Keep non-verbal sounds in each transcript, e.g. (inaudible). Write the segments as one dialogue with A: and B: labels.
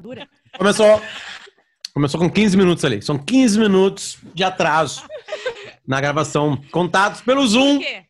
A: ditadura.
B: Começou. Começou com 15 minutos ali. São 15 minutos de atraso na gravação. Contados pelo
C: Por
B: Zoom,
C: quê?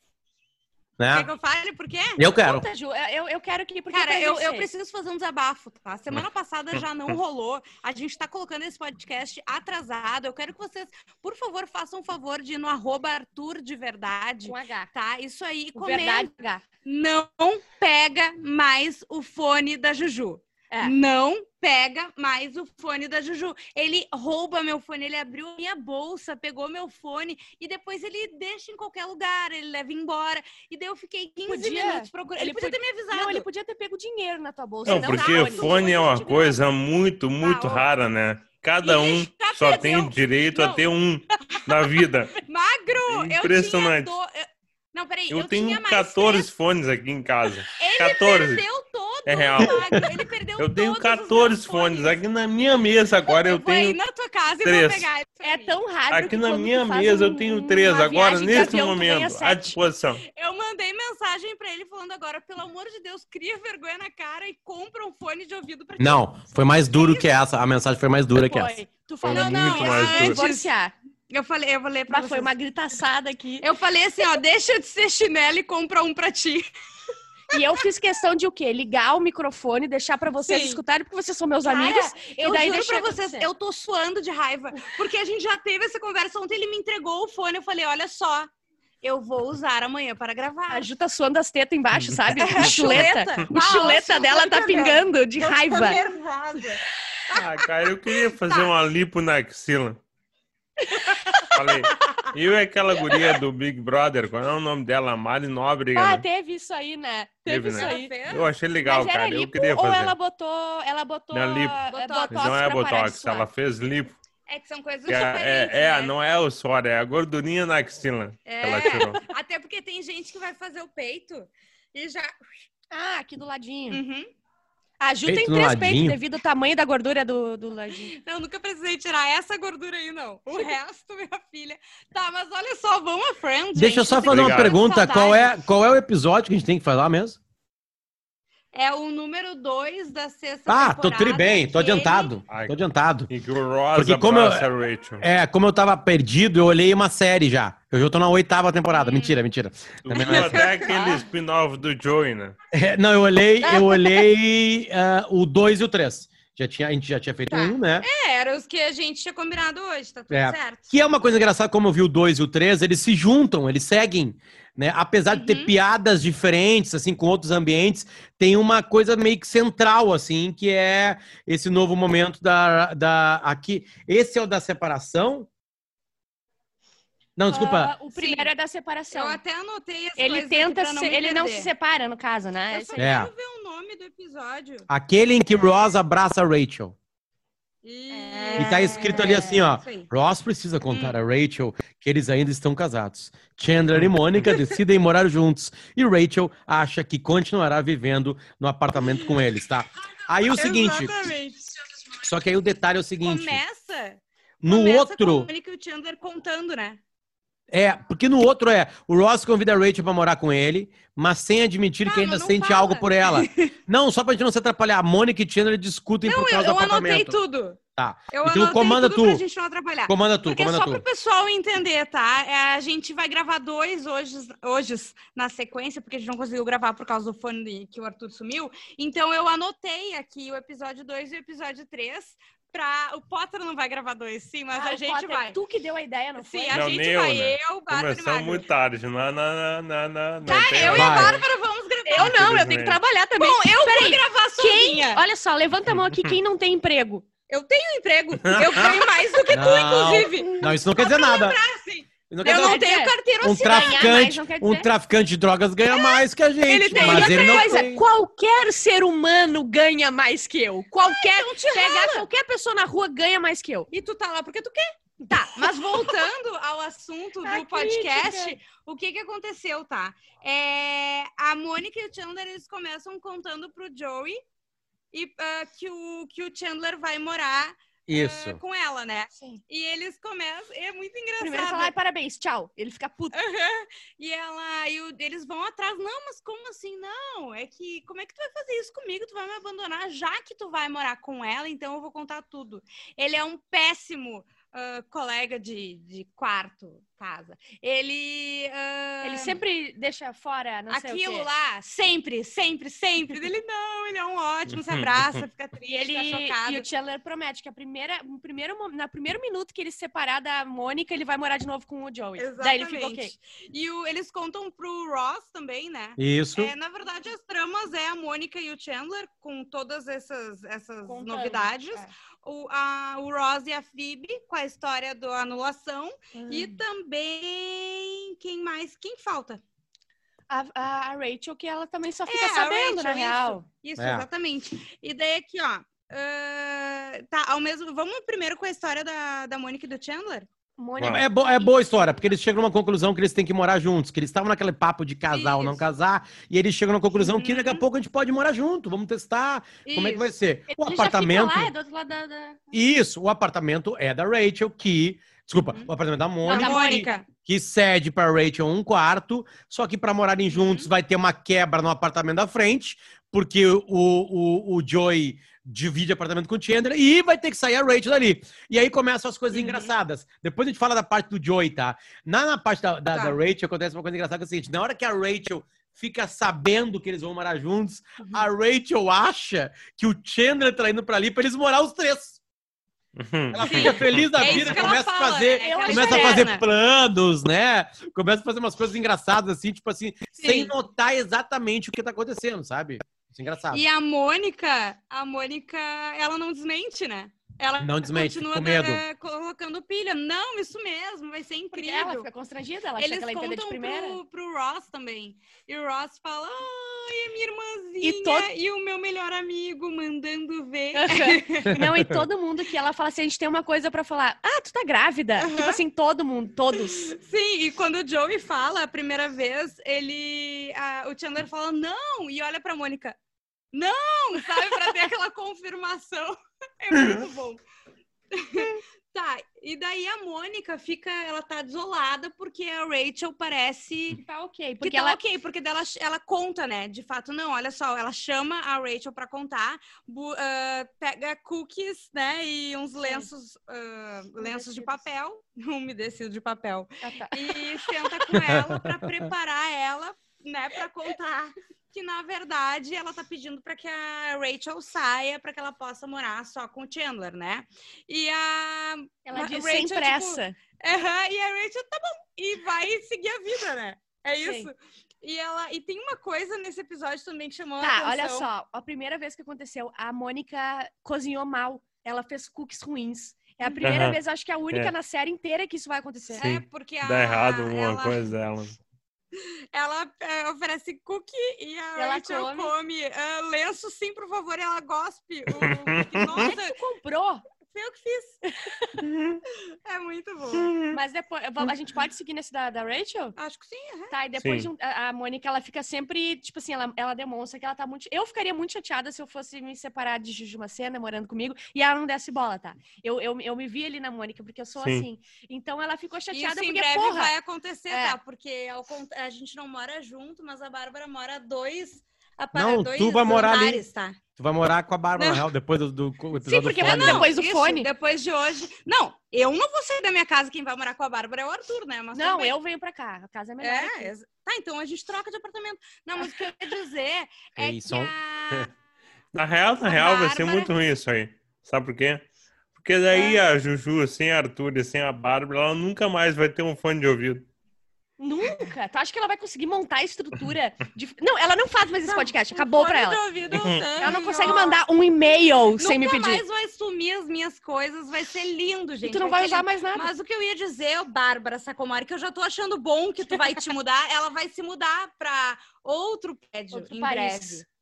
B: né?
C: Quer que eu fale por quê?
B: Eu quero.
A: Conta, Ju, é, eu, eu quero que. Porque
C: Cara,
A: que
C: eu,
A: gente
C: eu
A: fez?
C: preciso fazer um desabafo, tá? Semana passada já não rolou. A gente tá colocando esse podcast atrasado. Eu quero que vocês, por favor, façam um favor de ir no arroba Arthur de verdade,
A: Com H.
C: tá? Isso aí,
A: Com
C: comenta.
A: verdade, H.
C: Não pega mais o fone da Juju.
A: É.
C: Não pega mais o fone da Juju. Ele rouba meu fone, ele abriu minha bolsa, pegou meu fone e depois ele deixa em qualquer lugar, ele leva embora. E daí eu fiquei 15
A: Podia.
C: minutos procurando. Ele,
A: Ele
C: podia ter me avisado.
A: Não, ele podia ter pego dinheiro na tua bolsa.
C: Você
D: Não,
C: não
D: porque
C: sabe,
D: fone é uma
C: você não
D: coisa muito, muito
C: Tá, ó.
D: rara, né? Cada
C: E
D: um
C: já
D: só
C: perdeu.
D: tem o direito a
C: Não.
D: ter um na
C: (laughs)
D: vida.
C: Magro!
D: Impressionante.
C: Eu tinha do... eu- Não, peraí, eu,
D: Eu tenho
C: tinha mais
D: 14 fones aqui em casa.
C: Três...
D: 14.
C: Perdeu todos,
D: É real.
C: Magro. Ele perdeu
D: Eu tenho
C: todos os meus
D: 14 fones. Aqui na minha mesa agora eu
C: vou aí
D: tenho.
C: na tua casa e
D: três.
C: vou pegar. isso
A: É
C: aí.
A: tão raro.
D: Aqui
A: que
D: na
A: quando
D: minha
A: tu faz
D: mesa
A: um-
D: eu tenho três
A: uma
D: agora,
A: viagem de
D: nesse
A: avião, tu ganha
D: momento, Ah, à
A: sete.
D: disposição.
C: Eu mandei mensagem pra ele falando agora, pelo amor de Deus, cria vergonha na cara e compra um fone de ouvido pra ti.
B: Não, foi mais duro que essa. A mensagem foi mais dura que essa.
A: Foi. Tu
D: Foi
A: falou,
D: muito
A: não,
D: mais
A: não,
D: duro.
A: divorciar.
C: Eu falei, eu falei pra
A: Mas
C: você.
A: foi uma gritaçada aqui.
C: Eu falei assim, ó, deixa de ser chinelo e compra um pra ti.
A: E eu fiz questão de o quê? Ligar o microfone, deixar pra vocês
C: Sim.
A: escutarem, porque vocês são meus
C: Cara,
A: amigos.
C: Eu
A: e daí
C: juro
A: deixa
C: pra vocês,
A: acontecer.
C: eu tô suando de raiva. Porque a gente já teve essa conversa ontem, ele me entregou o fone, eu falei, olha só, eu vou usar amanhã para gravar.
A: A
C: (laughs)
A: Ju tá suando as tetas embaixo, sabe?
C: A
A: A chuleta.
C: Ah,
A: O chuleta
C: eu
A: dela
C: tô
A: tá
C: entendendo.
A: pingando de
C: Eu tô
A: raiva.
C: nervosa.
D: Ah, cara,
C: (laughs)
D: eu queria
C: Tá.
D: fazer uma lipo na axila. Falei. Eu e aquela guria do Big Brother, qual é o nome dela? Mari Nóbrega.
A: Ah,
D: né?
A: teve isso aí, né? Teve
D: Teve,
A: isso
D: né?
A: aí.
C: Tá
D: Eu achei legal,
A: Mas era
D: cara. Eu
A: lipo
D: queria
A: ou
D: fazer.
A: ela botou, ela botou,
D: Não, é lipo.
A: eh,
C: Botox.
A: botox
D: Mas não é
A: pra parar de
D: botox,
A: suar.
D: ela fez lipo.
C: É que são coisas
D: que é,
C: diferentes,
D: é, é,
C: né?
D: não é o suor, é a gordurinha na axila
C: É.
D: que ela tirou.
C: Até porque tem gente que vai fazer o peito e já...
A: Ah, aqui do ladinho.
C: Uhum.
A: A Ju
B: Peito
A: tem
B: no
A: três
B: ladinho?
A: peitos devido ao tamanho da gordura do, do ladinho.
C: Não, nunca precisei tirar essa gordura aí, não. O resto, minha filha. Tá, mas olha só, vamos a Friends.
B: Deixa eu só fazer uma
D: Obrigado.
B: pergunta. Qual é, qual é o episódio que a gente tem que falar mesmo?
C: É o número 2 da sexta
B: Ah, tô
C: temporada,
B: tri bem, tô
C: que ele-
B: adiantado.
D: Ai.
B: Tô adiantado.
D: E que o Rosa
B: Porque como eu-
D: abraça a Rachel.
B: É, como eu tava perdido, eu olhei uma série já. Eu já tô na oitava
C: Hum.
B: temporada. Mentira, mentira.
D: Tu viu
B: assim.
D: até aquele spin-off do Joey, né?
B: É, não, eu olhei, eu olhei ah, o 2 e o 3. Já tinha, a gente já tinha feito
A: Tá.
B: um, né?
C: É, era os que a gente tinha combinado hoje, tá tudo
B: É.
C: certo.
B: Que é uma coisa engraçada, como eu vi o 2 e o 3, eles se juntam, eles seguem, né? Apesar de ter
C: Uhum.
B: piadas diferentes, assim, com outros ambientes, tem uma coisa meio que central, assim, que é esse novo momento da... da aqui. Esse é o da separação? Não, desculpa.
A: Ah, o primeiro é da separação.
C: Eu até anotei as
A: Ele
C: coisas
A: tenta
C: aqui pra
A: se,
C: não me
A: ele não
C: perder.
A: se separa no caso, né?
C: Eu só
B: É.
C: quero ver o nome do episódio.
B: Aquele em que Ross abraça a Rachel.
C: E, É,
B: E tá escrito ali assim, ó,
C: Isso aí.
B: Ross precisa contar
C: Hum.
B: a Rachel que eles ainda estão casados. Chandler e Mônica decidem morar juntos e Rachel acha que continuará vivendo no apartamento com eles, tá? Aí o seguinte,
C: Exatamente.
B: só que aí o detalhe é o seguinte,
C: Começa,
B: no
C: começa com
B: outro
C: o Monica e o Chandler contando, né?
B: é, porque no outro é, o Ross convida a Rachel pra morar com ele, mas sem admitir que
C: Não,
B: ainda
C: não
B: sente
C: fala.
B: algo por
C: (laughs)
B: ela. Não, só pra gente não se atrapalhar, Mônica e Chandler discutem por
C: Eu,
B: causa
C: eu
B: do
C: anotei
B: apartamento.
C: tudo.
B: Tá.
C: Eu
B: Então
C: anotei
B: comanda
C: tudo pra
B: tu.
C: gente não atrapalhar.
B: Comanda tu,
C: Porque é
B: comanda
C: só
B: tu.
C: pro pessoal entender, tá? É, a gente vai gravar dois hoje, hoje na sequência, porque a gente não conseguiu gravar por causa do fone que o Arthur sumiu. Então eu anotei aqui o episódio 2 e o episódio 3 pra... O Potter não vai gravar dois, sim, mas
A: Ah,
C: a
A: o
C: gente
A: Potter,
C: vai.
A: Tu que deu a ideia, não foi?
C: Sim, a
D: Não,
C: gente
D: nem eu,
C: vai.
D: né?
C: Eu, Bárbara e
D: Começamos
C: Magro.
D: muito tarde. Não, não, não, não, não. não
C: Tá,
D: tem
C: eu e a
B: Vai.
C: Bárbara vamos gravar.
A: Eu não, eu tenho que trabalhar também.
C: Bom, eu vou
A: Peraí,
C: gravar
A: quem?
C: sozinha.
A: Olha só, levanta a mão aqui quem não tem emprego.
C: Eu tenho
D: (laughs)
C: emprego. Eu ganho mais do que tu,
B: Não.
C: inclusive.
B: Não, isso não quer dizer nada.
C: Assim,
B: Isso não quer
C: eu
B: dizer
C: não
A: dizer-
C: tenho carteira
B: um
C: assinada.
B: traficante,
A: mais, não quer
B: um
A: dizer.
B: traficante de drogas ganha mais que a gente,
C: Ele tem-
B: mas
A: e
B: ele
A: outra
B: não
A: coisa,
B: tem.
A: qualquer ser humano ganha mais que eu.
C: É,
A: Qualquer. pegar qualquer pessoa na rua ganha mais que eu.
C: E tu tá lá porque tu quer. Tá, mas voltando ao
A: (laughs)
C: assunto
A: A
C: do podcast, o que que aconteceu, tá? É, a Mônica e o Chandler, eles começam contando pro Joey e, ah, que, o, que o Chandler vai morar
B: Isso.
C: eh, com ela, né?
A: Sim.
C: E eles começam. É muito
A: Primeiro
C: engraçado.
A: falar, "Ai, parabéns, tchau. Ele fica puto.
C: Aham. E ela e o- eles vão atrás, não, mas como assim? Não, é que como é que tu vai fazer isso comigo? Tu vai me abandonar já que tu vai morar com ela, então eu vou contar tudo. Ele é um péssimo ah, colega de, de quarto, casa. Ele ah,
A: Ele sempre deixa fora, não sei o
C: aquilo
A: quê.
C: lá, sempre, sempre, sempre. Ele não, ele é um ótimo, se
B: (laughs)
C: abraça, fica triste,
A: E ele
C: tá chocado.
A: e o Chandler promete que a primeira, no primeiro, mo- na primeiro minuto que ele se separar da Mônica, ele vai morar de novo com o Joey. Daí ele fica ok.
C: E o- eles contam pro Ross também, né?
B: Isso.
C: É, na verdade, as tramas é a Mônica e o Chandler com todas essas, essas
A: Contando,
C: novidades.
A: é.
C: O, a- o Ross e a Phoebe com a história da anulação.
A: Hum. Uhum.
C: E também, quem mais? Quem falta?
A: A, a- a Rachel, que ela também só fica
C: É, a
A: sabendo,
C: Rachel,
A: na
C: isso.
A: real.
C: Isso,
B: É.
C: exatamente. E daí aqui, ó. ah, tá, ao mesmo. Vamos primeiro com a história da, da Mônica e do Chandler?
A: Mônica.
B: É, bo- é boa história, porque eles chegam numa conclusão que eles têm que morar juntos, que eles estavam naquele papo de casar ou não
C: Isso.
B: casar, e eles chegam na conclusão que
C: Uhum.
B: daqui a pouco a gente pode morar junto, vamos testar como é que vai ser. O
A: Ele já
B: apartamento.
A: Fica lá, é do outro lado da. da-
B: Isso, o apartamento é da Rachel, que. Desculpa,
C: Uhum.
B: o apartamento da
C: Não,
B: Mônica.
C: da Mônica.
B: que cede para Rachel um quarto, só que para
C: Uhum.
B: morarem juntos vai ter uma quebra no apartamento da frente, porque o, o, o Joey divide apartamento com o Chandler e vai ter que sair a Rachel dali. E aí começam as coisas
C: Uhum.
B: engraçadas. Depois a gente fala da parte do Joey, tá? Na, na parte da, da,
C: Tá.
B: da Rachel acontece uma coisa engraçada que é o seguinte, na hora que a Rachel fica sabendo que eles vão morar juntos,
C: Uhum.
B: a Rachel acha que o Chandler tá indo pra ali pra eles morar os três.
D: Hum.
B: Ela fica feliz da
C: É isso
B: vida,
C: que ela
B: começa a
C: fala,
B: fazer
C: né? Aquela
B: começa a
A: Pois é,
B: fazer
C: interna.
B: planos, né? Começa a fazer umas coisas engraçadas, assim, tipo assim, sem
C: Sim.
B: notar exatamente o que tá acontecendo, sabe? Isso é engraçado.
C: E a Mônica, a Mônica, ela não desmente, né? Ela
B: Não desmente,
C: continua
B: com medo.
C: eh, colocando pilha. Não, isso mesmo, vai ser
A: Porque ela
C: incrível.
A: fica constrangida, ela acha
C: Eles
A: que ela entendeu de
C: contam
A: primeira.
C: pro, pro Ross também. E o Ross fala: Ai, é minha irmãzinha
A: E
C: e,
A: todo-
C: o meu melhor amigo mandando
A: (laughs)
C: ver.
A: (laughs)
D: (laughs)
A: Não, e todo mundo que ela fala assim, a gente tem uma coisa pra falar. Ah, tu tá grávida.
C: Aham.
A: Tipo assim, todo mundo, todos.
C: Sim, e quando o Joey fala a primeira vez, ele. a- o Chandler fala: Não! E olha pra Mônica: Não! Sabe? Pra ter aquela confirmação. (laughs) É muito bom. (laughs) tá, e daí a Mônica fica. Ela tá desolada porque a Rachel parece
A: (laughs) E tá ok,
C: Porque
A: porque ela...
C: ok, porque dela, ela conta, né? De fato, não, olha só, ela chama a Rachel pra contar, bu- ah, pega cookies, né? E uns lenços, ah, lenços de
A: Umedecidos.
C: papel, (laughs) umedecido de papel.
A: Ah, tá.
C: E senta com ela pra preparar ela, né? Pra contar que, na verdade, ela tá pedindo pra que a Rachel saia, pra que ela possa morar só com o Chandler, né? E a...
A: Ela é
C: Mas
A: diz
C: Rachel,
A: sem
C: tipo,
A: pressa.
C: Aham, e a Rachel tá bom. E vai seguir a vida, né? É
A: Sim.
C: isso. E ela. E tem uma coisa nesse episódio também que chamou a
A: Tá,
C: atenção.
A: olha só. A primeira vez que aconteceu, a Mônica cozinhou mal. Ela fez cookies ruins. É a primeira
D: Aham.
A: vez, acho que é a única
D: É.
A: na série inteira que isso vai acontecer.
D: Sim.
C: É, porque a,
D: Dá errado alguma
C: ela,
D: coisa ela.
C: Ela eh, oferece cookie e a
A: Ela
C: Rachel
A: come.
C: come. ah, lenço, sim, por favor, e ela gospe. O
D: (laughs)
C: cookie. Nossa,
A: Comprou,
C: foi eu que fiz.
B: Uhum.
C: (laughs) é muito bom.
A: mas depois. A gente pode seguir nesse da, da Rachel?
C: Acho que sim.
A: Tá, e depois
D: Sim.
A: de um- a, a Mônica, ela fica sempre, tipo assim, ela, ela demonstra que ela tá muito. Eu ficaria muito chateada se eu fosse me separar de Juju Macena morando comigo e ela não desse bola, tá? Eu, eu, eu me vi ali na Mônica, porque eu sou
D: Sim.
A: assim. Então ela ficou chateada
C: Isso assim, em
A: porque,
C: breve
A: porra,
C: vai acontecer,
A: É.
C: tá? Porque ao cont- a gente não mora junto, mas a Bárbara mora dois. apara-
B: Não,
C: dois
B: tu vai morar ali.
C: andares, tá?
B: Tu vai morar com a Bárbara,
C: Não.
B: na real, depois do, do co- episódio
A: Sim, porque
B: do fone.
A: vai- depois do
C: isso,
A: fone.
C: Depois de hoje. Não, eu não vou sair da minha casa. Quem vai morar com a Bárbara é o Arthur, né? Mas
A: não,
C: tudo bem.
A: eu venho pra cá, a casa é melhor. aqui.
C: É, exa- tá, então a gente troca de apartamento. Não, mas o que eu ia dizer é
B: Ei,
C: que
B: só- um-
C: a...
D: Na real, na real, vai ser
C: Bárbara-
D: muito ruim isso aí. Sabe por quê? Porque daí a Juju, sem a Arthur e sem a Bárbara, ela nunca mais vai ter um fone de ouvido.
A: Nunca! Tu acha que ela vai conseguir montar a estrutura de. Não, ela não faz mais esse podcast, (laughs) acabou
C: fone
A: pra
C: de
A: ela.
B: (laughs)
C: ouvido,
A: Ela não consegue
C: nossa.
A: mandar um e-mail sem me
C: Nunca
A: pedir.
C: mais vai sumir as minhas coisas, vai ser lindo,
A: E
C: gente.
A: tu não vai
C: ser
A: usar mais nada.
C: Mas o que eu ia dizer, ô, Bárbara Sacomori, que eu já tô achando bom que tu vai te mudar, ela vai se mudar pra outro prédio
A: Outro
C: em
A: país.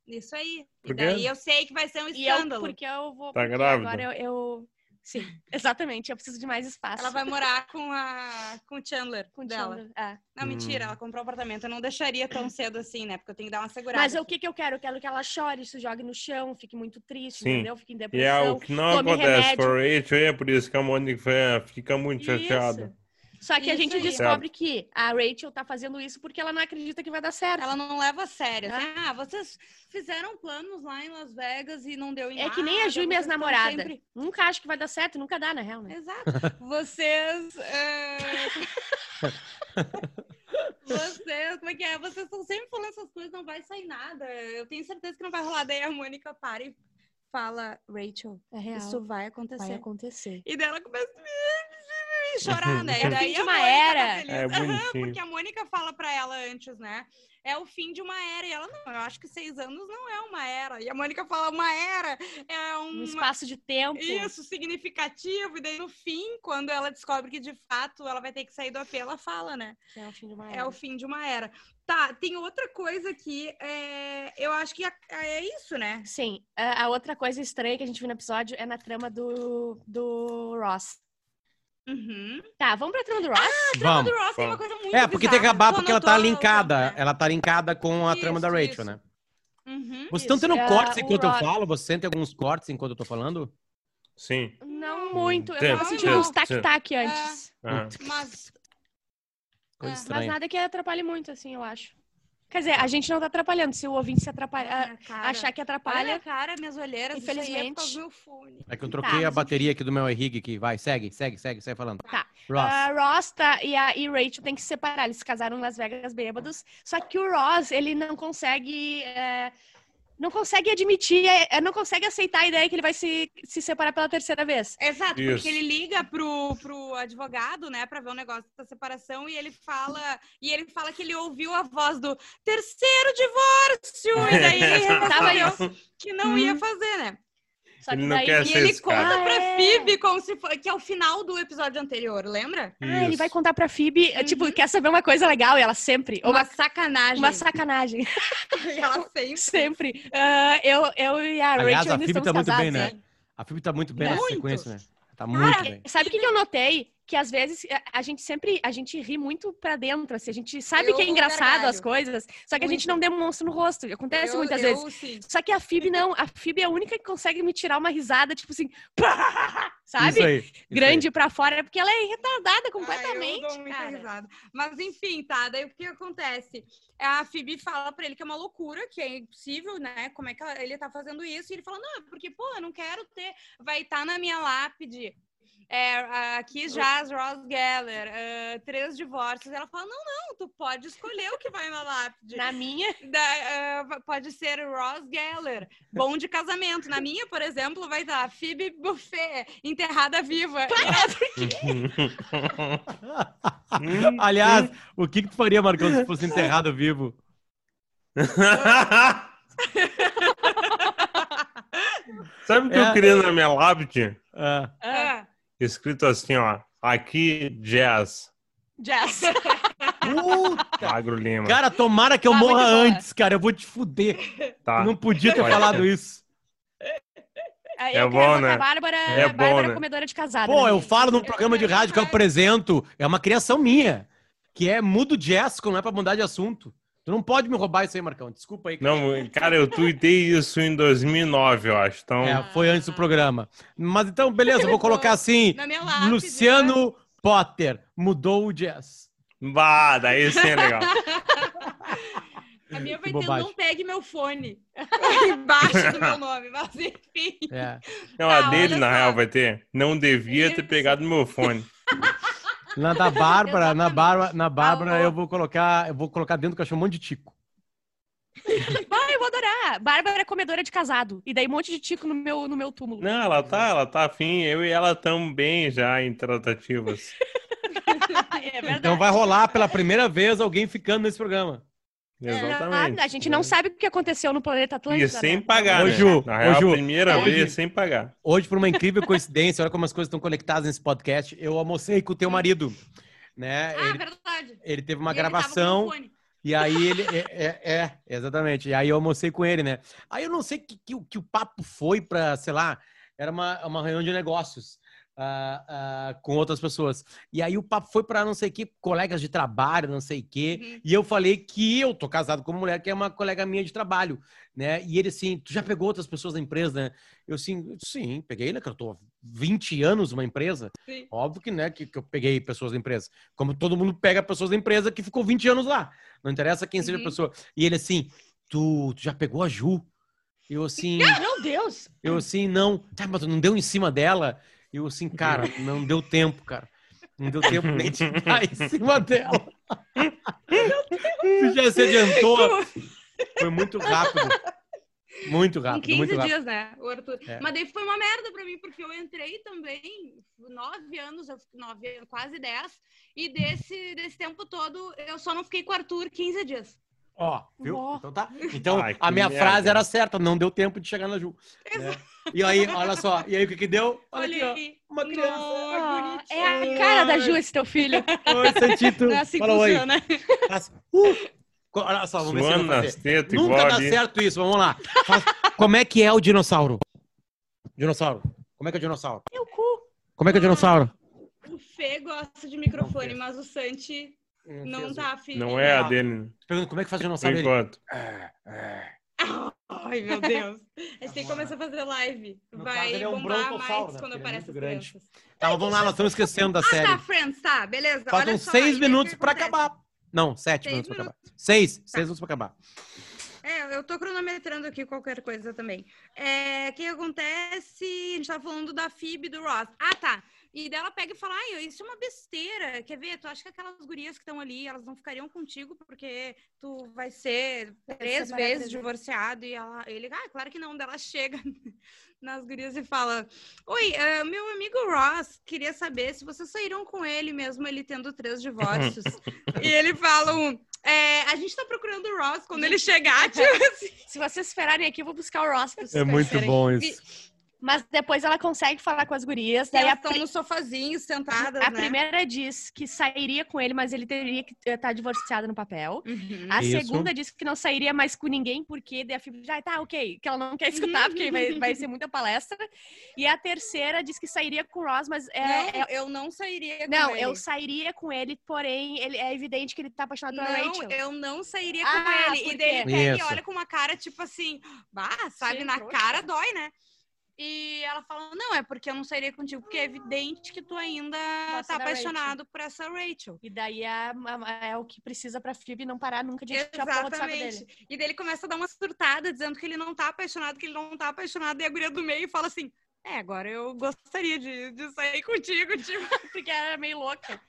C: breve. Isso aí. E
D: Por quê?
C: daí eu sei que vai ser um
A: E eu,
C: escândalo.
A: porque eu vou.
D: Tá
A: porque
D: grávida?
A: Agora eu, eu, Sim, (laughs) exatamente. Eu preciso de mais espaço.
C: Ela vai morar com a com o Chandler,
A: Com o
C: dela.
A: Chandler, é.
C: Não,
D: Hum.
C: mentira, ela comprou um apartamento. Eu não deixaria tão cedo assim, né? Porque eu tenho que dar uma segurada.
A: Mas o que, que eu quero? Eu quero que ela chore, se jogue no chão, fique muito triste,
D: Sim.
A: entendeu? Fique em
D: E é
A: depressão.
D: o que não
A: tome
D: acontece
A: remédio.
D: com o Rachel, e é por isso que a Mônica é, fica muito
A: Isso.
D: chateada.
A: Só que a
C: Isso
A: gente
C: aí.
A: descobre que a Rachel tá fazendo isso porque ela não acredita que vai dar certo.
C: Ela não leva a sério. assim,
A: Tá.
C: ah, vocês fizeram planos lá em Las Vegas e não deu em
A: É que nem a
C: nada,
A: Ju e minhas
C: vocês tão
A: namoradas.
C: sempre-
A: Nunca acho que vai dar certo, nunca dá, na real, né?
C: Exato. Vocês. eh,
A: (laughs)
C: Vocês, como é que é? Vocês estão sempre falando essas coisas, não vai sair nada. Eu tenho certeza que não vai rolar. Daí a Mônica para e fala, Rachel,
A: É real.
C: isso vai
A: vai
C: acontecer.
A: acontecer.
C: E daí ela começa a
A: (laughs)
C: chorar, né?
D: É
A: o
C: E daí
A: fim de
C: a
A: uma
C: Mônica
A: era.
C: Tá feliz. (laughs)
D: É
C: Aham,
D: bonitinho.
C: porque a Mônica fala pra ela antes, né? É o fim de uma era. E ela, não, eu acho que seis anos não é uma era. E a Mônica fala, uma era é
A: Um
C: uma
A: espaço de tempo.
C: isso, significativo. E daí, no fim, quando ela descobre que de fato ela vai ter que sair do apê, ela fala, né?
A: que É o fim de uma
C: É
A: era.
C: o fim de uma era. Tá, tem outra coisa que é, eu acho que é, é isso, né?
A: Sim. A a outra coisa estranha que a gente viu no episódio é na trama do, do Ross.
C: Uhum.
A: Tá, vamos pra trama do Ross?
B: Vamos.
C: Do Ross tem uma
D: vamos.
C: coisa muito
B: É, porque tem que
C: bizarra.
B: acabar
C: Tu
B: porque ela tá
C: anotou,
B: linkada.
C: né?
B: Ela tá linkada com a
C: Isso,
B: trama da Rachel,
C: isso.
B: né?
C: Uhum.
B: Vocês estão tendo
A: Isso, é,
B: cortes
A: o
B: enquanto eu
A: Rob-
B: falo? Você sente alguns cortes enquanto eu tô falando?
D: Sim.
A: Não muito. Eu
D: Tem,
A: tava
C: tem,
A: sentindo uns
D: tem.
A: tac-tac antes.
D: aham.
B: Coisa
C: Mas É, mas
A: Mas
B: estranha.
A: nada que atrapalhe muito, assim, eu acho. Quer dizer, a gente não tá atrapalhando. Se o ouvinte se atrapalha, ah,
C: minha cara,
A: achar que
C: olha minha
A: atrapalha,
C: cara, minhas olheiras,
A: Infelizmente.
C: infelizmente, isso aí é por causa do meu fone.
B: É que eu troquei a
A: mas-
B: bateria aqui do meu Henrique aqui. Vai, segue, segue, segue, segue falando.
A: Tá.
B: Ross.
A: A Ross tá, e a e Rachel tem que se separar. Eles se casaram em Las Vegas bêbados. Só que o Ross, ele não consegue. é, não consegue admitir, é, é, não consegue aceitar a ideia que ele vai se, se separar pela terceira vez.
C: Exato,
D: Isso.
C: porque ele liga pro, pro advogado, né, pra ver o negócio da separação e ele fala, e ele fala que ele ouviu a voz do terceiro divórcio e daí
D: (laughs)
C: ele
A: Tava
C: tava
A: aí,
C: eu que não ia fazer, né?
A: Só que
D: Ele não
A: daí-
D: quer
C: E
D: ser
C: ele
D: esse cara.
C: conta pra
A: Ah, é.
C: Phoebe como se fosse que é o final do episódio anterior, lembra?
A: Ah, ele
D: Isso.
A: vai contar pra Phoebe, é, tipo, quer saber uma coisa legal e ela sempre. Uma,
C: Uma sacanagem.
A: uma sacanagem.
C: E ela sempre
A: sempre. Ah, eu, eu e a
B: Aliás,
A: Rachel
B: a
A: ainda
B: Phoebe
A: estamos
B: tá muito bem,
A: casados.
B: né? A Phoebe tá muito bem na
C: Muito.
B: sequência, né? Tá muito bem.
A: Sabe o que, que eu notei? Que às vezes a- a gente sempre a gente ri muito pra dentro, assim, a gente sabe
C: Eu
A: que é engraçado
C: gargalho.
A: as coisas, só que a gente
C: Muito.
A: não demonstra no rosto. Acontece
C: Eu-
A: muitas
C: eu,
A: vezes.
C: sim.
A: Só que a Fib não, a Fib é a única que consegue me tirar uma risada, tipo assim, (laughs) sabe?
B: Isso aí. isso aí.
A: Grande pra fora, porque ela é retardada
C: Ah, eu
A: completamente,
C: dou muita
A: cara.
C: risada. Mas enfim, tá? Daí o que acontece? A Phoebe fala pra ele que é uma loucura, que é impossível, né? Como é que ela- ele tá fazendo isso? E ele fala, não, é porque, pô, eu não quero ter... Vai estar na minha lápide. É, a- aqui já as Ross Geller, ah, três divórcios. Ela fala, não, não, tu pode escolher o que vai na lápide.
A: Na minha, (laughs)
C: Da- ah, pode ser Ross Geller, bom de casamento. Na minha, por exemplo, vai estar Phoebe Buffet, enterrada viva.
B: (laughs)
D: Hum?
B: Aliás,
A: Hum.
B: o que, que tu faria, Marcão, se fosse enterrado vivo?
D: Sabe o que eu
B: É.
D: queria na minha lápide?
B: Ah,
A: Ah,
C: Ah.
D: Escrito assim, ó. Aqui, Jazz,
A: Jess.
B: puta!
D: Magro Lima.
B: Cara, tomara que eu
A: Ah, muito
B: morra
A: boa.
B: antes, cara. Eu vou te fuder.
D: tá.
B: Eu não podia ter
D: Pode
B: falado isso.
A: Ah,
D: É
A: Eu
D: bom,
A: quero
D: né?
A: a Bárbara,
D: É
A: a
D: bom,
A: Bárbara
D: né?
A: comedora de casada.
B: Pô,
A: né?
B: eu falo num programa de rádio que eu apresento. É uma criação minha. Que é mudo jazz, não é pra mudar de assunto. Tu não pode me roubar isso aí, Marcão. Desculpa aí. cara.
D: Não, cara, eu tuitei isso em 2009, eu acho. Então,
B: É, foi antes do programa. Mas então, beleza, eu vou colocar assim.
C: Na minha lápide. né?
B: Luciano Potter mudou o
A: (laughs)
B: jazz.
D: bah, daí sim é legal.
C: A minha
B: Que
C: vai ter
B: bobagem.
C: não pegue meu fone. (laughs) Embaixo do meu nome, mas enfim.
B: É.
D: Não, a
C: Ah,
D: dele,
C: olha
D: na
C: só.
D: real, vai ter. Não devia ter
C: Isso.
D: pegado meu fone.
B: Na
C: (laughs)
B: da Bárbara, na
C: Exatamente.
B: Bárbara, na Bárbara
C: Alô.
B: eu vou colocar, eu vou colocar dentro do cachorro um monte de tico.
A: Ah, eu vou adorar. Bárbara é comedora de casado. E daí um monte de tico no meu, no meu túmulo.
D: Não, ela tá, ela tá afim. Eu e ela tão bem já em tratativas.
A: É verdade.
B: Então vai rolar pela primeira vez alguém ficando nesse programa.
D: Exatamente.
A: ah, A gente não sabe o que aconteceu no planeta Atlântico.
D: E sem
A: né?
D: pagar,
B: Ô,
D: né?
B: Ju,
D: Na
B: ô,
D: real,
B: Ju,
D: primeira
A: ô,
B: Ju.
D: vez sem pagar.
B: Hoje, por uma incrível coincidência, olha como as coisas estão conectadas nesse podcast, eu almocei com o teu marido, né?
C: Ah,
B: Ele,
C: verdade.
B: ele teve uma
C: E ele tava com
B: gravação
C: meu fone.
B: E aí ele. É, é, é, exatamente. E aí eu almocei com ele, né? Aí eu não sei que, que, o- que o papo foi pra, sei lá, era uma, uma reunião de negócios. ah, ah, com outras pessoas. E aí o papo foi para não sei que, colegas de trabalho, não sei o quê. E eu falei que eu tô casado com uma mulher que é uma colega minha de trabalho, né? E ele assim, tu já pegou outras pessoas da empresa, né? Eu assim, sim, peguei, né? Que eu tô há 20 anos numa empresa.
C: Sim.
B: Óbvio que, né, que, que eu peguei pessoas da empresa. Como todo mundo pega pessoas da empresa que ficou 20 anos lá. Não interessa quem seja
C: Uhum.
B: a pessoa. E ele assim, tu, tu já pegou a Ju? Eu
C: (laughs)
B: assim.
A: Meu Deus!
B: Eu assim, não. Tá, mas tu não deu em cima dela? Eu assim, cara, não deu tempo, cara. Não deu tempo nem de dar em cima dela. Tu já se adiantou. Foi muito rápido. Muito
C: Com
B: rápido,
C: 15
B: Tá, muito rápido.
C: dias, né? O Arthur.
B: É.
C: Mas daí foi uma merda pra mim, porque eu entrei também, nove anos, eu fiquei nove, quase dez, e desse, desse tempo todo eu só não fiquei com o Arthur 15 dias.
B: Ó, viu?
A: Ó.
B: Então tá. Então
D: Ai, que
B: a minha
D: merda.
B: frase era certa, não deu tempo de chegar na Ju. né? E aí, olha só. E aí o que que deu? Olha, aqui,
C: aí.
B: ó. Uma criança.
C: Nossa,
A: Ah, é a cara da Ju esse teu filho.
B: Oi, Santito.
C: Não é assim que
B: Fala oi.
C: funciona.
B: Faz- Uh! Olha só, vamos ver se eu
D: Suando
B: vou fazer.
D: nas tetas,
B: Nunca
D: igual
B: dá
D: ali.
B: certo isso, vamos lá. Faz- Como é que é o dinossauro? Dinossauro. Como é que é o dinossauro?
A: (laughs) Meu cu.
B: Como é que é o dinossauro?
C: O Fê gosta de
B: Não
C: microfone,
B: fez.
C: mas o Santi não
B: fez. né?
C: tá afim.
D: Não é a
B: Não.
D: dele,
B: Tu Pergunta como é que faz o
D: por
B: dinossauro? Ele...
D: enquanto.
B: É, é.
C: Ai, meu Deus. (laughs) A gente tem que
B: bom, né?
C: começar a fazer live.
B: No
C: Vai
B: caso, ele é um
C: bombar
B: brontossauro,
C: mais
B: né?
C: quando
B: Porque ele é
C: aparece
B: muito
C: as
B: grande.
C: crianças.
B: Tá, mas vamos lá, nós estamos esquecendo da
C: Ah, tá,
B: série.
C: Friends, tá, beleza.
B: Faltam
C: Olha só, aí
B: seis
C: o que
B: minutos pra
C: acontece?
B: acabar. Não, sete
C: Seis
B: minutos pra acabar. Seis, seis minutos pra acabar.
C: É, eu tô cronometrando aqui qualquer coisa também. É, o que acontece? A gente tava falando da Phoebe e do Ross. Ah, tá. E dela pega e fala: Ai, isso é uma besteira. Quer ver? Tu acha que aquelas gurias que estão ali, elas não ficariam contigo porque tu vai ser três
A: separar
C: vezes
A: três
C: divorciado? E ela, ele, ah, claro que não. Dela chega (laughs) nas gurias e fala: Oi, eh, meu amigo Ross queria saber se vocês saíram com ele mesmo, ele tendo três divórcios. e ele fala: um, "É, A gente tá procurando o Ross quando ele chegar, tipo assim.
A: Se vocês esperarem aqui, eu vou buscar o Ross. pra vocês
D: É
A: conhecerem.
B: bom
C: isso.
A: Mas depois ela consegue falar com as gurias. Daí a,
C: Elas estão no sofazinho, sentadas,
A: a
C: né?
A: primeira diz que sairia com ele, mas ele teria que estar divorciado no papel.
C: Uhum.
A: A
B: Isso.
A: segunda disse que não sairia mais com ninguém, porque daí a Phoebe já tá ok, que ela não quer escutar, porque vai, vai ser muita palestra. E a terceira disse que sairia com o Ross, mas é.
C: Não, eu Né? não sairia com
A: não,
C: ele.
A: eu sairia com ele, porém, ele, é evidente que ele tá apaixonado pela
C: Não,
A: Rachel.
C: eu não sairia
A: Ah,
C: com ele.
A: por
C: E daí
A: quê?
C: ele pega e
B: Isso.
C: olha com uma cara, tipo assim, bah, sabe,
A: Sim,
C: na
A: trouxa.
C: cara dói, né? E ela fala, não, é porque eu não sairia contigo, porque é evidente que tu ainda
A: Gosta
C: tá
A: da Rachel.
C: apaixonado por essa Rachel.
A: E daí é, é o que precisa pra Phoebe não parar nunca de encher a porra do saco dele.
C: Exatamente. (laughs) E daí ele começa a dar uma surtada, dizendo que ele não tá apaixonado, que ele não tá apaixonado. E a guria do meio fala assim, é, agora eu gostaria de, de sair contigo, (laughs) tipo...
A: Porque ela era meio louca.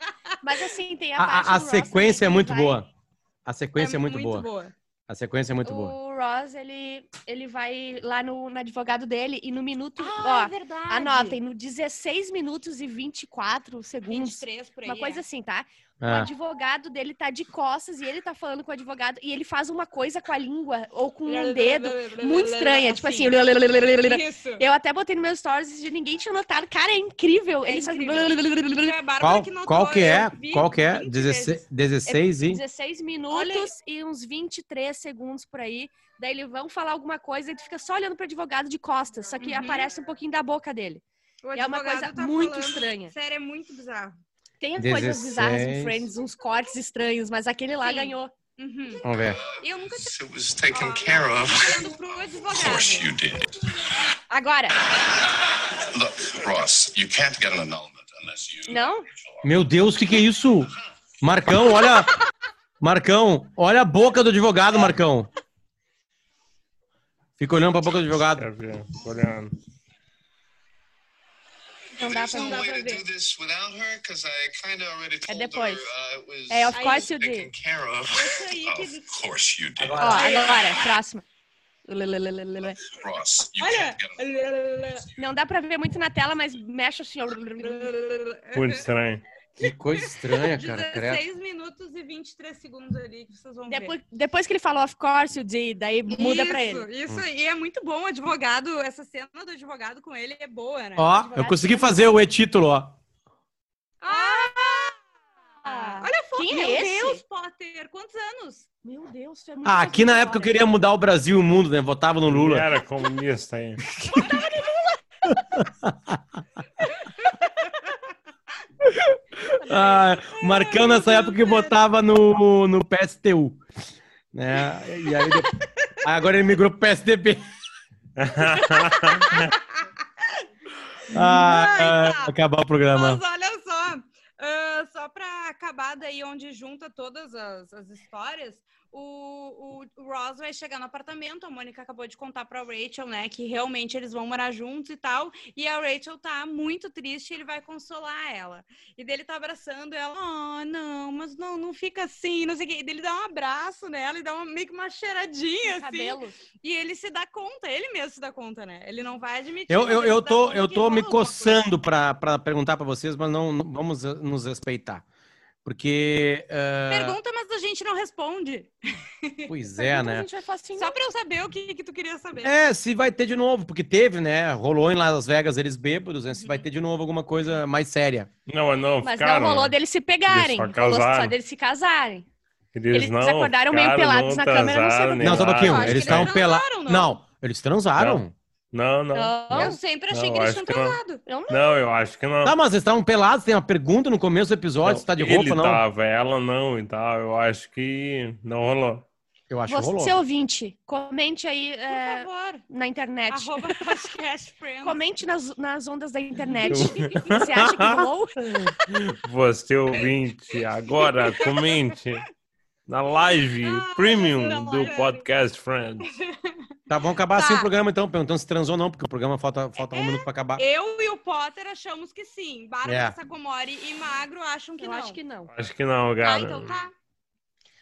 A: Mas assim, tem a,
B: A,
A: parte
B: a- a
A: do Ross
B: sequência é
A: também, que
B: muito
A: vai-
B: boa. A sequência é muito boa. A sequência é muito boa.
A: O Ross, ele, ele vai lá no, no advogado dele e no minuto.
C: Ah,
A: ó,
C: é verdade.
A: Anotem, no 16 minutos e 24 segundos.
C: 23 por aí.
A: Uma coisa
C: é.
A: assim, tá? O
B: Ah.
A: advogado dele tá de costas e ele tá falando com o advogado e ele faz uma coisa com a língua ou com um dedo
C: (laughs)
A: muito estranha, tipo assim.
C: Isso.
A: Eu até botei no meu stories e ninguém tinha notado. Cara, é incrível.
C: É
A: Ele faz
C: Foi a Bárbara
B: Qual,
C: que notou,
B: qual que é?
C: eu vi
B: Qual que é?
C: 20
B: 16,
C: vezes.
B: 16 e.
A: 16 minutos e uns 23 segundos por aí. Daí eles vão falar alguma coisa e tu fica só olhando pro advogado de costas, só que
C: Uhum.
A: aparece um pouquinho da boca dele.
C: O
A: É uma
C: advogado
A: coisa
C: tá
A: muito
C: falando.
A: estranha.
C: Sério, é muito bizarro.
A: Tem coisas bizarras em
B: 16.
A: Friends, uns cortes estranhos, mas aquele lá
C: Sim.
A: ganhou.
C: Uhum.
B: Vamos ver.
C: Eu nunca tinha
E: It was
A: Oh,
E: taken care of. Of
C: olhando pro
E: course
C: advogado.
E: you did.
A: Agora,
E: Look, Ross, you can't get an annulment unless you.
A: não?
B: Meu Deus, o que, que é isso? Marcão, olha. Marcão, olha a boca do advogado, Marcão. Fica olhando pra boca do
D: Quer
B: advogado.
D: ver? Tô olhando.
A: Não dá
E: There's
A: pra
E: no
A: ver.
E: way to do this without her because I kind of already told her
A: depois.
E: uh, it was
A: É, of
C: Aí,
A: course you
E: taken
A: did.
E: care of.
C: Isso aí que
E: Of course you did,
A: Ó, agora, próxima. Lulululululu.
E: Ross. You
C: Olha!
E: can't get an
A: Não dá pra ver muito na tela, mas mexe assim. ó.
D: Muito estranho.
B: Que coisa estranha,
C: 16 minutos e 23 segundos ali que vocês vão ver.
A: Depois, depois que ele falou, of course, o D, daí É muda pra
C: Isso,
A: ele.
C: Isso, e é muito bom o advogado, essa cena do advogado com ele é boa, né?
B: Ó, eu consegui fazer o e-título, ó.
C: Ah, Olha a foto.
A: Quem é
C: Meu
A: esse?
C: Deus, Potter, quantos anos?
A: Meu Deus, tu é muito
B: Ah, aqui na
A: conservadora.
B: época eu
A: (laughs)
B: queria mudar o Brasil e o mundo, né? Votava no
D: Lula.
B: Lula.
D: Era comunista, hein?
B: Ah, o Marcão nessa época que botava no, no PSTU. Né? E aí, depois- Aí agora ele migrou pro PSDB. Ah,
C: Mãe, tá.
B: ah, acabar o programa.
C: Mas olha só, ah, só para acabar daí onde junta todas as, as histórias, o, o- o Ross vai chegar no apartamento, a Mônica acabou de contar pra Rachel, né, que realmente eles vão morar juntos e tal, e a Rachel tá muito triste, ele vai consolar ela. E dele tá abraçando ela, oh, não, mas não, não fica assim, não sei o quê. E dele dá um abraço nela e dá uma, meio que uma cheiradinha, assim.
A: Cabelo.
C: E ele se dá conta, ele mesmo se dá conta, né? Ele não vai admitir.
B: Eu,
C: mas
B: eu,
C: ele
B: eu
C: se dá
B: tô,
C: conta
B: eu
C: Então, que
B: tô me
C: rola alguma coisa.
B: coçando para perguntar para vocês, mas não, não- vamos eh, nos respeitar. Porque. eh,
C: Pergunta, mas a gente não responde.
B: pois é,
A: Pergunta, A
B: né?
A: gente vai falar assim,
C: Só pra eu saber o que, que tu queria saber.
B: É, se vai ter de novo, porque teve, né? Rolou em Las Vegas eles bêbados, né? Se vai ter de novo alguma coisa mais séria.
D: Não, não,
A: Mas
D: ficaram.
A: não
B: né?
A: rolou deles se pegarem.
D: Eles só
A: rolou só
D: casaram.
A: deles se casarem.
D: Eles,
A: Eles
D: não
A: acordaram meio
D: ficaram,
A: pelados na câmera, não sei
D: transaram,
A: por
D: nem
B: não, só um
D: nada.
B: pouquinho.
C: Eu acho que
B: Eles
C: eles
B: estavam pelados.
C: transaram,
B: Não.
C: não?
B: eles transaram.
D: Não, não.
A: Não.
C: Eu sempre achei
D: Não,
C: que eles tinham
D: acho que não.
C: casado.
A: Eu não.
D: Não, eu acho que não.
B: Tá, mas eles estavam pelados. Tem uma pergunta no começo do episódio:
D: Não,
B: se tá de
D: ele
B: roupa ou não.
D: tava, ela não e tal. Eu acho que não rolou.
B: Eu acho que rolou.
A: Você é ouvinte, comente aí é,
C: Por favor.
A: na internet.
C: (laughs) Arroba podcast friends.
A: Comente nas, nas ondas da internet. Você acha que (laughs) rolou?
D: Você ouvinte, agora comente na live
C: Ah,
D: premium
C: não,
D: do
C: olha.
D: Podcast Friends.
B: Tá, vamos acabar assim
C: Tá.
B: o programa então, perguntando se transou ou não, porque o programa falta, falta um minuto pra acabar.
C: Eu e o Potter achamos que sim. Bárbara
B: É.
C: Sacomori e Magro acham que
A: eu
C: não.
A: acho que não.
D: Acho que não,
C: Ah,
D: cara.
C: então tá.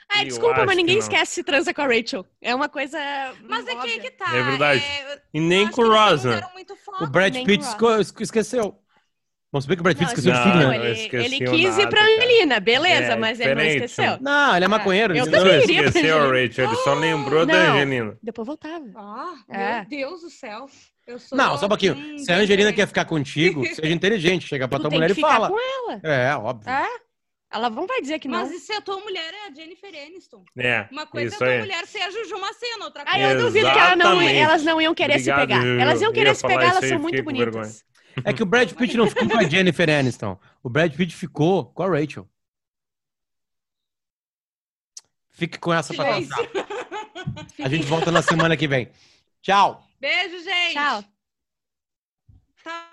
A: Ah,
D: Eu
A: desculpa,
D: acho
A: mas
D: que
A: ninguém
D: não.
A: esquece se transa com a Rachel. É uma coisa.
C: Mas é que,
A: óbvia.
C: que tá.
D: É verdade.
C: eu-
D: E
C: eu
D: nem
C: acho que
D: com o
C: eles não
D: Ross, né?
C: deram muito foco.
B: O Brad
A: Nem
B: Pitt
A: o Ross.
B: esco- esco- esqueceu. Vamos ver que o
D: É
B: Brad Pitt
A: Não,
B: esqueceu
A: esqueceu,
B: de filho, né?
D: não,
A: ele,
D: esqueceu
A: ele quis ir
D: nada,
A: pra
D: cara.
A: Angelina, beleza,
D: É,
A: mas ele não
D: diferente,
A: esqueceu.
B: Não, ele é maconheiro.
A: eu
B: ele-
D: Não
A: também iria pra
D: esqueceu a
A: Angelina.
D: Rachel, ele só lembrou da
A: Não.
D: Angelina.
A: Depois voltava.
C: Ah,
A: É.
C: meu Deus do céu. Eu sou
B: Não, só um pouquinho.
C: hum,
B: Se a Angelina
C: diferente.
B: quer ficar contigo, seja inteligente. Chega pra
A: Tu
B: tua
A: tem
B: mulher
A: que
B: e
A: ficar
B: fala.
A: com ela.
B: É, óbvio.
A: É? Ela não vai dizer que não.
C: Mas e se a tua mulher é a Jennifer Aniston?
D: É,
C: Uma coisa
D: isso
C: é a
D: aí.
C: tua mulher ser a Juju Macena, outra
A: Ah,
C: coisa. é
A: eu duvido que ela não- é.
D: Exatamente.
A: elas não iam querer
D: Obrigado,
A: se pegar.
D: Juju.
A: Elas iam
D: Eu
A: querer
D: ia
A: se
D: falar
A: pegar,
D: isso
A: elas
D: aí,
A: são
D: fiquei
A: muito
D: com vergonha.
A: bonitas.
B: É que o Brad Pitt não ficou com a Jennifer Aniston. O Brad Pitt ficou com a Rachel. Fique com essa pra
C: Silêncio.
B: pensar. A gente volta na semana que vem. Tchau.
C: Beijo, gente.
A: Tchau.
C: Tchau.